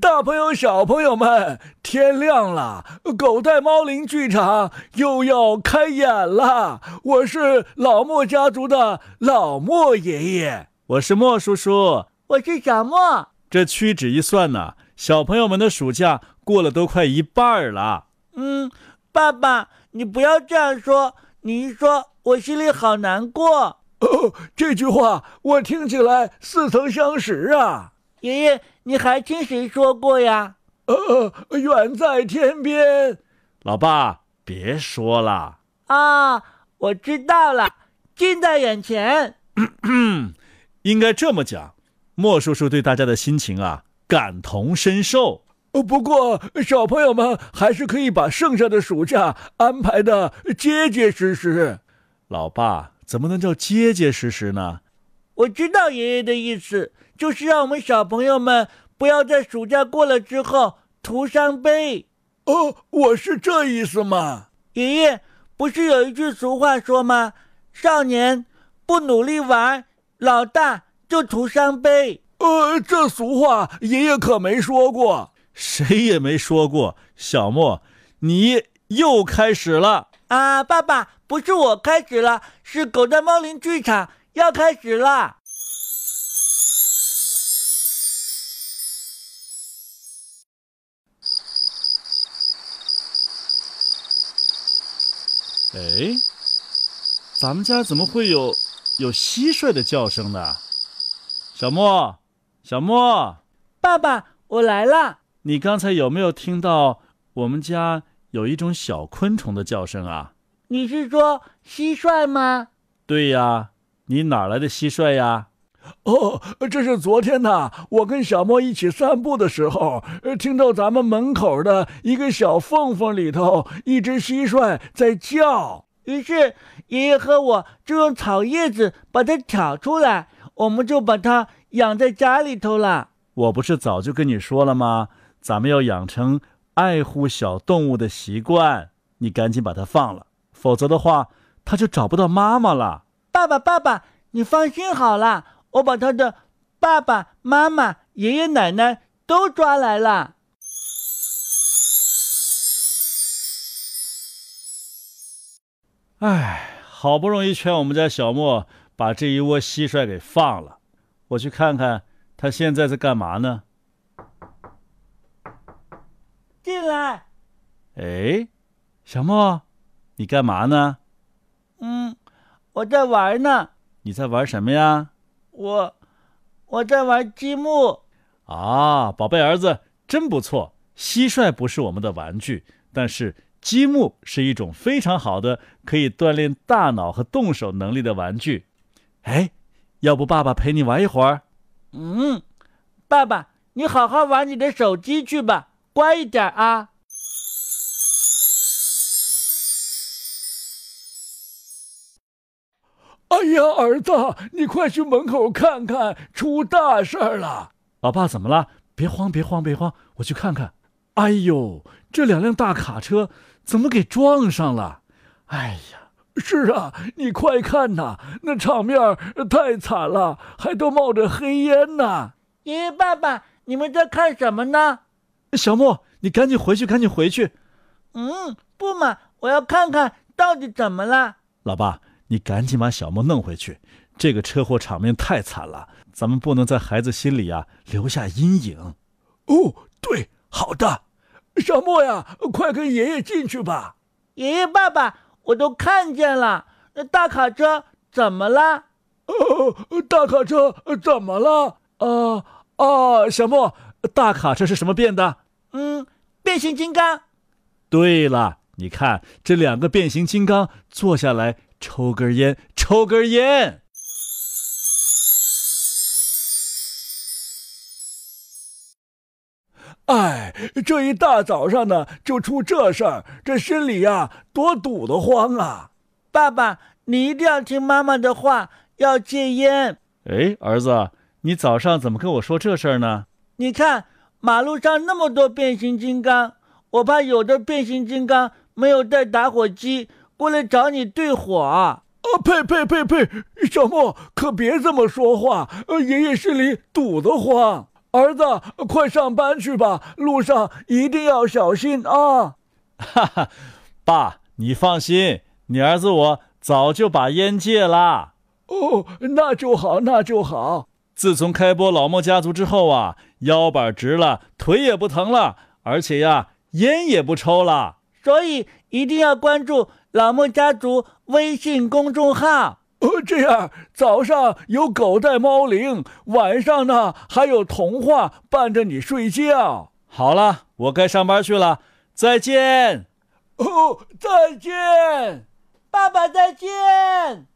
大朋友、小朋友们，天亮了，狗带猫铃剧场又要开演了。我是老莫家族的老莫爷爷，我是莫叔叔。我是小莫。这屈指一算呢，小朋友们的暑假过了都快一半儿了。嗯，爸爸，你不要这样说，你一说，我心里好难过。哦，这句话我听起来似曾相识啊。爷爷，你还听谁说过呀？呃，远在天边，老爸，别说了。啊，我知道了，近在眼前。应该这么讲，莫叔叔对大家的心情啊感同身受。呃不过小朋友们还是可以把剩下的暑假安排的结结实实。老爸怎么能叫结结实实呢？我知道爷爷的意思，就是让我们小朋友们不要在暑假过了之后徒伤悲。哦，我是这意思吗？爷爷，不是有一句俗话说吗？少年不努力玩，老大就徒伤悲。呃，这俗话爷爷可没说过。谁也没说过。小莫，你又开始了。啊，爸爸，不是我开始了，是狗蛋猫铃剧场要开始了。哎，咱们家怎么会有有蟋蟀的叫声呢？小莫，小莫，爸爸，我来啦！你刚才有没有听到我们家有一种小昆虫的叫声啊？你是说蟋蟀吗？对呀，你哪儿来的蟋蟀呀？哦，这是昨天呐、我跟小莫一起散步的时候，呃听到咱们门口的一个小缝缝里头，一只蟋蟀在叫。于是爷爷和我就用草叶子把它挑出来，我们就把它养在家里头了。我不是早就跟你说了吗？咱们要养成爱护小动物的习惯。你赶紧把它放了，否则的话，它就找不到妈妈了。爸爸，爸爸，你放心好了，我把他的爸爸妈妈、爷爷奶奶都抓来了。唉，好不容易劝我们家小莫把这一窝蟋蟀给放了，我去看看他现在在干嘛呢？进来，哎，小莫，你干嘛呢？嗯，我在玩呢，你在玩什么呀？我我在玩积木。啊，宝贝儿子，真不错。蟋蟀不是我们的玩具，但是积木是一种非常好的可以锻炼大脑和动手能力的玩具。哎，要不爸爸陪你玩一会儿？嗯，爸爸，你好好玩你的手机去吧，乖一点啊。哎呀，儿子，你快去门口看看，出大事儿了！老爸怎么了？别慌，别慌，别慌，我去看看。哎呦，这两辆大卡车怎么给撞上了？哎呀，是啊，你快看呐，那场面儿太惨了，还都冒着黑烟呢。爷爷、爸爸，你们在看什么呢？小莫，你赶紧回去，赶紧回去。嗯，不嘛，我要看看到底怎么了。老爸，你赶紧把小莫弄回去。这个车祸场面太惨了，咱们不能在孩子心里啊留下阴影。哦，对，好的，小莫呀，快跟爷爷进去吧。爷爷、爸爸，我都看见了，那大卡车怎么了？呃，大卡车怎么了？啊啊，小莫，大卡车是什么变的？嗯，变形金刚。对了，你看这两个变形金刚坐下来抽根烟，抽根烟。哎，这一大早上呢就出这事儿，这心里呀多堵得慌啊！爸爸，你一定要听妈妈的话，要戒烟。哎，儿子，你早上怎么跟我说这事儿呢？你看马路上那么多变形金刚，我怕有的变形金刚没有带打火机过来找你对火。啊呸呸呸呸！小莫可别这么说话，呃爷爷心里堵得慌。儿子，快上班去吧，路上一定要小心啊！”哈哈，爸，你放心，你儿子我早就把烟戒啦。哦，那就好，那就好。自从开播《老莫家族》之后啊，腰板直了，腿也不疼了，而且呀、烟也不抽了。所以一定要关注老莫家族微信公众号。呃，这样早上有狗带猫铃，晚上呢还有童话伴着你睡觉。好了，我该上班去了，再见。哦，再见。爸爸再见。